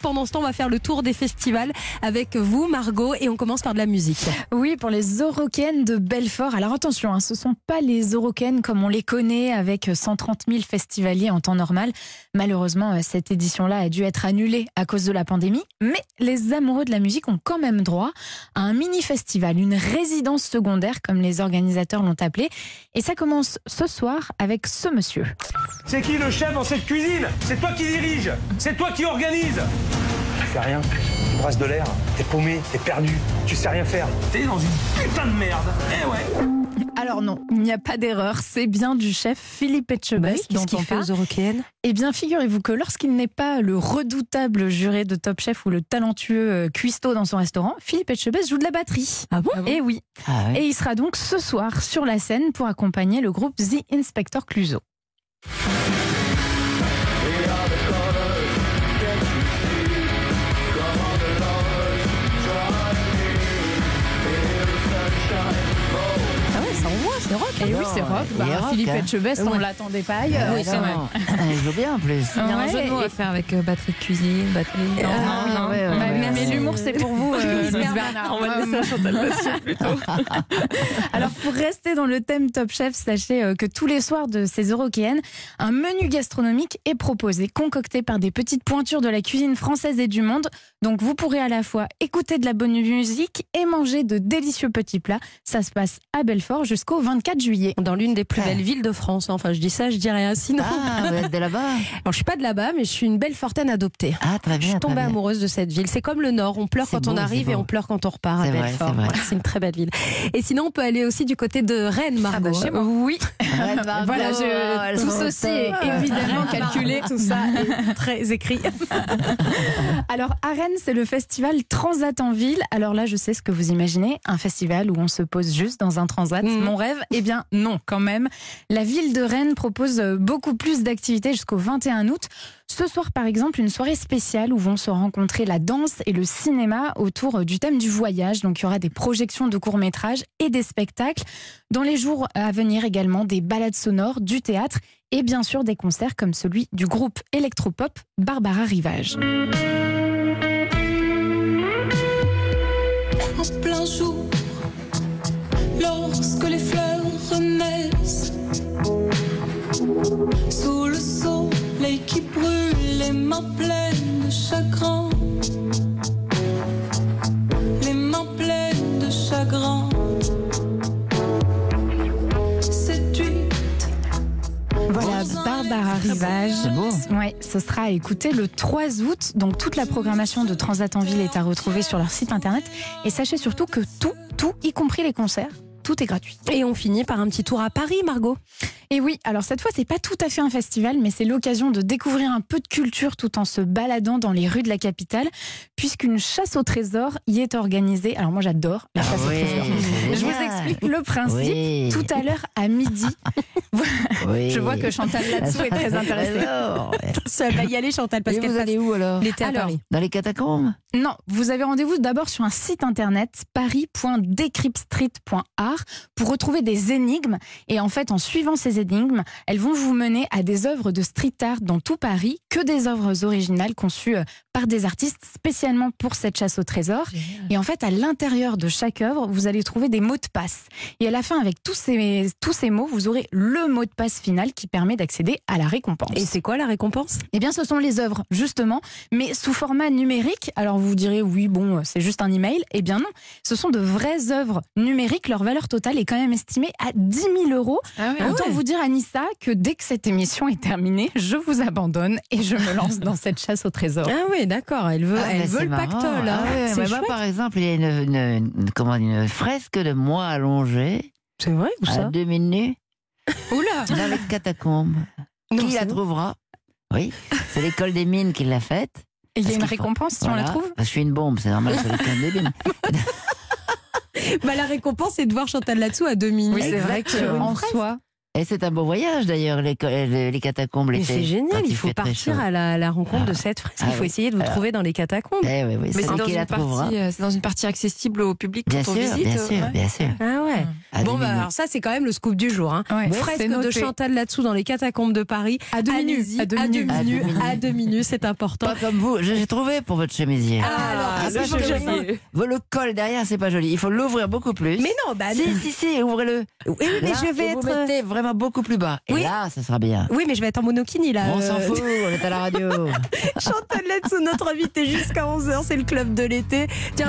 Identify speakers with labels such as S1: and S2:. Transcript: S1: Pendant ce temps, on va faire le tour des festivals avec vous, Margot, et on commence par de la musique.
S2: Oui, pour les Orocaines de Belfort. Alors attention, hein, ce ne sont pas les Orocaines comme on les connaît avec 130 000 festivaliers en temps normal. Malheureusement, euh, cette édition-là a dû être annulée à cause de la pandémie. Mais les amoureux de la musique ont quand même droit à un mini-festival, une résidence secondaire comme les organisateurs l'ont appelé. Et ça commence ce soir avec ce monsieur.
S3: C'est qui le chef dans cette cuisine C'est toi qui dirige C'est toi qui organise
S4: Tu fais rien, tu brasses de l'air, t'es paumé, t'es perdu, tu sais rien faire.
S3: T'es dans une putain de merde Eh ouais
S2: Alors non, Bah il n'y a pas d'erreur, c'est bien du chef Philippe
S1: Bah
S2: Etchebest dont on parle.
S1: Eurocaines
S2: Eh bien, figurez-vous que lorsqu'il n'est pas le redoutable juré de Top Chef ou le talentueux euh, cuistot dans son restaurant, Philippe Etchebest joue de la batterie.
S1: Ah bon
S2: Eh oui.
S1: Ah ouais.
S2: Et il sera donc ce soir sur la scène pour accompagner le groupe The Inspector Clouseau.
S1: Ah Ah ouais, ça envoie, c'est rock.
S2: Et oui, c'est rock.
S5: il
S2: Bah,
S5: est rock,
S2: Philippe
S5: hein.
S2: Etchebest, on
S1: Ouais.
S2: l'attendait pas ailleurs.
S1: Oui, c'est vrai.
S5: Je veux Ah, bien en plus.
S2: Ouais,
S6: Il y a un jeu de mots
S2: et-
S6: à faire avec euh, batterie de cuisine, batterie. Non,
S2: Ah,
S6: non, non.
S5: ouais, ouais,
S2: Bah,
S5: ouais,
S2: mais
S5: ouais.
S2: l'humour, c'est pour vous, euh,
S1: Louise Bernard.
S2: Louise Bernard.
S1: On va laisser à
S2: Alors, pour rester dans le thème Top Chef, sachez euh, que tous les soirs de ces Eurokéennes, un menu gastronomique est proposé, concocté par des petites pointures de la cuisine française et du monde. Donc, vous pourrez à la fois écouter de la bonne musique et manger de délicieux petits plats. Ça se passe à Belfort jusqu'au 24 juillet.
S1: Dans l'une des plus
S5: Ouais.
S1: belles villes de France. hein. Enfin, je dis ça, je dis rien. Sinon,
S5: Ah, vous êtes de là-bas
S1: alors je suis pas de là-bas, mais je suis une belle fortaine adoptée.
S5: Ah, très
S1: Je
S5: bien.
S1: suis
S5: très
S1: tombée
S5: bien.
S1: amoureuse de cette ville. C'est comme le Nord, on pleure
S5: C'est
S1: quand on
S5: beau, c'est
S1: arrive
S5: beau.
S1: et on pleure quand on repart à
S5: C'est vrai,
S1: Belfort.
S5: c'est vrai.
S1: Voilà, C'est une très belle ville. Et sinon, on peut aller aussi du côté de Rennes,
S2: Ah
S1: Margot.
S2: bah, Oui,
S5: Ouais, Margot,
S2: voilà, je-
S5: elle
S2: tout
S5: se
S2: ceci
S5: retrouve.
S2: est évidemment calculé, tout ça est
S1: très écrit.
S2: Alors, à Rennes, c'est le festival Transat en ville. Alors là, je sais ce que vous imaginez, un festival où on se pose juste dans un transat.
S1: Mhm.
S2: Mon rêve Eh bien, non, quand même. La ville de Rennes propose euh, beaucoup plus d'activités jusqu'au 21 août. Ce soir, par exemple, une soirée spéciale où vont se rencontrer la danse et le cinéma autour euh, du thème du voyage. Donc, il y aura des projections de courts-métrages et des spectacles. Dans les jours à venir également, des balades sonores, du théâtre et bien sûr des concerts comme celui du groupe électropop Barbara Rivage.
S7: en plein jour, lorsque les fleurs renaissent, sous le soleil qui brûle, les mains pleines de chagrin, les mains pleines de chagrin. Séduite
S2: Voilà,
S7: dans un
S2: Barbara
S7: écrin
S2: Rivage.
S5: C'est beau.
S2: Ouais, ce sera à écouter le 3 août. Donc toute la programmation de Transat en ville est à retrouver sur leur site internet. Et sachez surtout que tout, tout, y compris les concerts, tout est gratuit.
S1: Et on finit par un petit tour à Paris, Margot.
S2: Et oui, alors cette fois c'est pas tout à fait un festival, mais c'est l'occasion de découvrir un peu de culture tout en se baladant dans les rues de la capitale, puisqu'une chasse au trésor y est organisée. Alors moi j'adore la chasse
S5: Oui,
S2: au trésor.
S5: Ah c'est
S2: Je vous
S5: génial.
S2: explique le principe.
S5: Oui,
S2: Tout à l'heure à midi,
S5: oui. Bah,
S2: je vois que Chantal Latsou est très intéressée.
S5: Alors,
S1: Ça va y aller, Chantal, parce
S5: Et vous
S1: qu'elle
S5: allez où alors
S1: était à
S2: Alors,
S1: Paris.
S5: Dans les catacombes
S2: Non, vous avez rendez-vous d'abord sur un site internet paris.decryptstreet.art pour retrouver des énigmes. Et en fait, en suivant ces énigmes, elles vont vous mener à des œuvres de street art dans tout Paris, que des œuvres originales conçues euh, par des artistes spécialement pour cette chasse au trésor. Et en fait, à l'intérieur de chaque œuvre, vous allez trouver des mots de passe. Et à la fin, avec tous ces, tous ces mots, vous aurez le mot de passe final qui permet d'accéder à la récompense.
S1: Et c'est quoi la récompense
S2: Eh bien, ce sont les œuvres, justement, mais sous format numérique. Alors, vous direz, oui, bon, euh, c'est juste un email. Eh bien, non. Ce sont de vraies œuvres numériques. Leur valeur totale est quand même estimée à 10 000 euros.
S5: Ah
S2: Autant vous dire, Anissa, que dès que cette émission est terminée, je vous abandonne et je me lance dans cette chasse au trésor.
S1: Ah oui, d'accord, elle veut,
S5: Ah,
S1: elle
S5: ben,
S1: veut
S5: c'est
S1: le
S5: marrant.
S1: pactole. hein.
S5: Ah ouais,
S1: c'est
S5: mais moi,
S1: chouette.
S5: par exemple, il y a une, une- une- comment, une fresque de moi allongée
S1: C'est vrai ou
S5: à
S1: ça
S5: demi-nue
S1: Oula
S5: dans les catacombes.
S1: Non,
S5: qui
S1: c'est
S5: la
S1: bon.
S5: trouvera Oui, c'est l'école des mines qui l'a faite.
S2: Et il y a
S5: Parce
S2: une
S5: qu'il faut-
S2: récompense si on
S5: Voilà.
S2: la trouve
S5: Parce que je suis une bombe, c'est normal, c'est l'école des mines.
S1: bah, La récompense, c'est de voir Chantal là-dessous à demi
S5: c'est vrai que-
S2: en soi,
S5: Et c'est un beau voyage d'ailleurs, les, co- euh, les- les catacombes
S1: Mais
S5: l'été,
S1: c'est
S5: quand
S1: génial, il
S5: il
S1: faut
S5: fait très
S1: partir
S5: chaud.
S1: à la, à la rencontre de cette fresque.
S5: Ah
S1: Il faut
S5: oui.
S1: essayer de vous
S5: Alors-
S1: trouver dans les catacombes.
S5: Eh oui, oui,
S6: Mais
S5: c'est
S6: c'est
S5: lui
S6: dans,
S5: qui
S6: une
S5: la trouvera.
S6: partie, euh, c'est dans une partie accessible au public
S5: Bien
S6: quand
S5: sûr,
S6: on visite.
S5: bien
S6: euh,
S5: sûr,
S6: ouais.
S5: bien sûr.
S1: Ah ouais.
S5: À
S1: Bon,
S5: dix
S1: bah,
S5: minutes.
S1: alors ça, c'est quand même le scoop du jour. Hein.
S2: Ouais, c'est
S1: Fresque de
S2: noté.
S1: Chantal là-dessous dans les catacombes de Paris.
S2: À deux minutes,
S1: Allez-y,
S2: à deux
S1: à deux
S2: minutes.
S5: À deux
S1: minutes,
S5: minutes. Ah,
S1: à deux minutes, c'est important.
S5: Pas comme vous, je- j'ai trouvé pour votre chemisier.
S1: Ah, alors,
S5: le
S1: qu'est-ce que je
S5: chemisier.
S1: fais
S5: Vous, Le col derrière, c'est pas joli. Il faut l'ouvrir beaucoup plus.
S1: Mais non, bah
S5: si,
S1: non.
S5: si, si, ouvrez-le.
S1: Oui, oui, mais
S5: Là,
S1: je vais
S5: et Vous
S1: être.
S5: mettez vraiment beaucoup plus bas. Et
S1: Oui.
S5: là, ça sera bien.
S1: Oui, mais je vais être en monokini là. euh,
S5: On s'en fout, on est à la radio.
S1: Chantal là-dessous, notre invitée jusqu'à 11h, c'est le club de l'été. Tiens,